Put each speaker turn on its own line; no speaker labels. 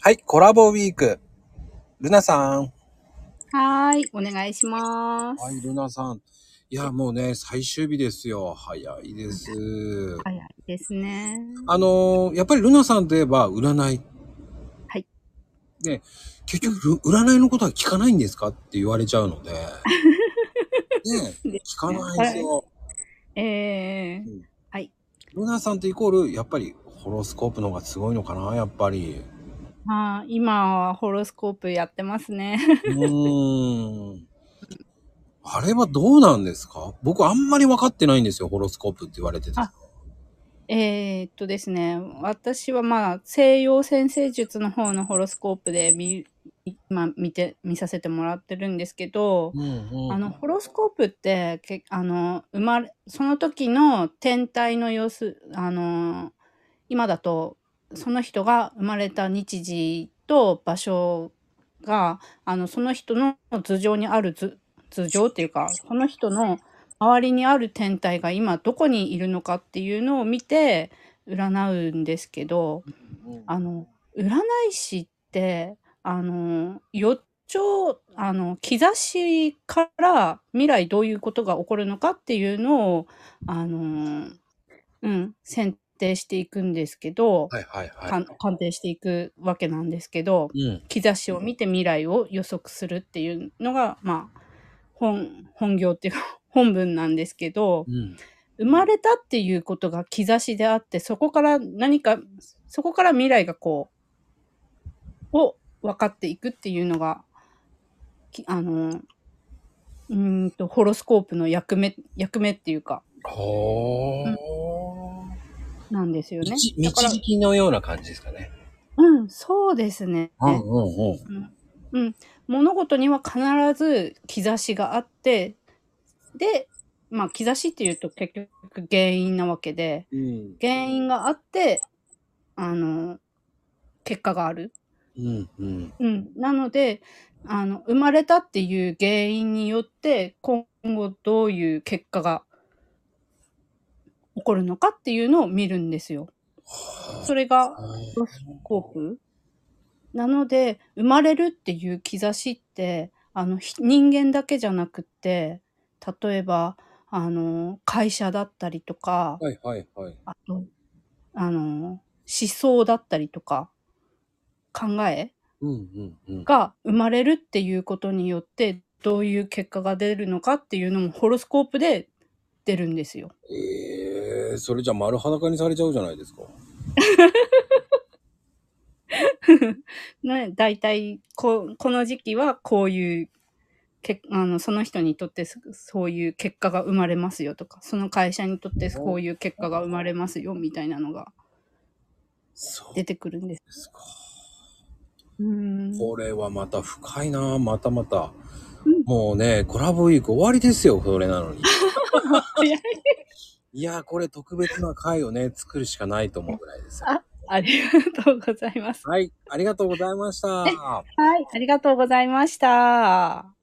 はい、コラボウィーク。ルナさん。
はーい、お願いし
は
ま
い、
す。
ルナさん。いや、もうね、最終日ですよ。早いです。
早いですね。
あのーやっぱりルナさんといえば占い。
はい。
で、結局、ル占いのことは聞かないんですかって言われちゃうの で。ね
で
聞かないですよ。
え
うん
ー、はい。
ルナさんってイコール、やっぱりホロスコープの方がすごいのかな、やっぱり。
まあ、今はホロスコープやってますね。
うーん。あれはどうなんですか僕あんまり分かってないんですよ、ホロスコープって言われてて。
あえーっとですね、私はまあ、西洋先生術の方のホロスコープで見、今見て、見させてもらってるんですけど、
うんうん、
あの、ホロスコープって、けあの、生まれ、その時の天体の様子、あの、今だと、その人が生まれた日時と場所が、あの、その人の頭上にある図、頭上っていうか、その人の周りにある天体が今どこにいるのかっていうのを見て、占うんですけど、
うん
あの占い師ってあの予兆あの兆しから未来どういうことが起こるのかっていうのをあの、うん、選定していくんですけど、
はいはいはい。
鑑鑑定していくわけなんですけど
うん。
兆しを見て未来を予測するっていうのが、まあ、本本業っていうか本文なんですけど。
うん。
生まれたっていうことが兆しであって、そこから何か、そこから未来がこう、を分かっていくっていうのが、きあの、うーんと、ホロスコープの役目、役目っていうか、
ほー。
なんですよね。
導
だから、
導きのような感じですかね。
うん、そうですね。
うんうんうん。
うん、物事には必ず兆しがあって、で、まあ、兆しっていうと結局原因なわけで、
うん。
原因があって、あの、結果がある。
うんうん。
うん。なので、あの、生まれたっていう原因によって、今後どういう結果が起こるのかっていうのを見るんですよ。それが、ホロスコープなので、生まれるっていう兆しって、あの、ひ人間だけじゃなくって、例えば、あの、会社だったりとか、
はいはいはい。
あと、あの、思想だったりとか、考え
うんうんうん。
が生まれるっていうことによって、どういう結果が出るのかっていうのもホロスコープで出るんですよ。
ええー、それじゃ丸裸にされちゃうじゃないですか。
ね、大体こ、この時期はこういう、けあのその人にとってそそういう結果が生まれますよとか、その会社にとってこういう結果が生まれますよみたいなのが
そうで
出てくるんです。
すか。
うん。
これはまた深いなまたまた
うん。
もうね、コラボウィーク終わりですよ、それなのに。
早い
いやー、これ特別な回をね、作るしかないと思うぐらいですよ。
ありがとうございます。
はい、ありがとうございました。
はい、ありがとうございました。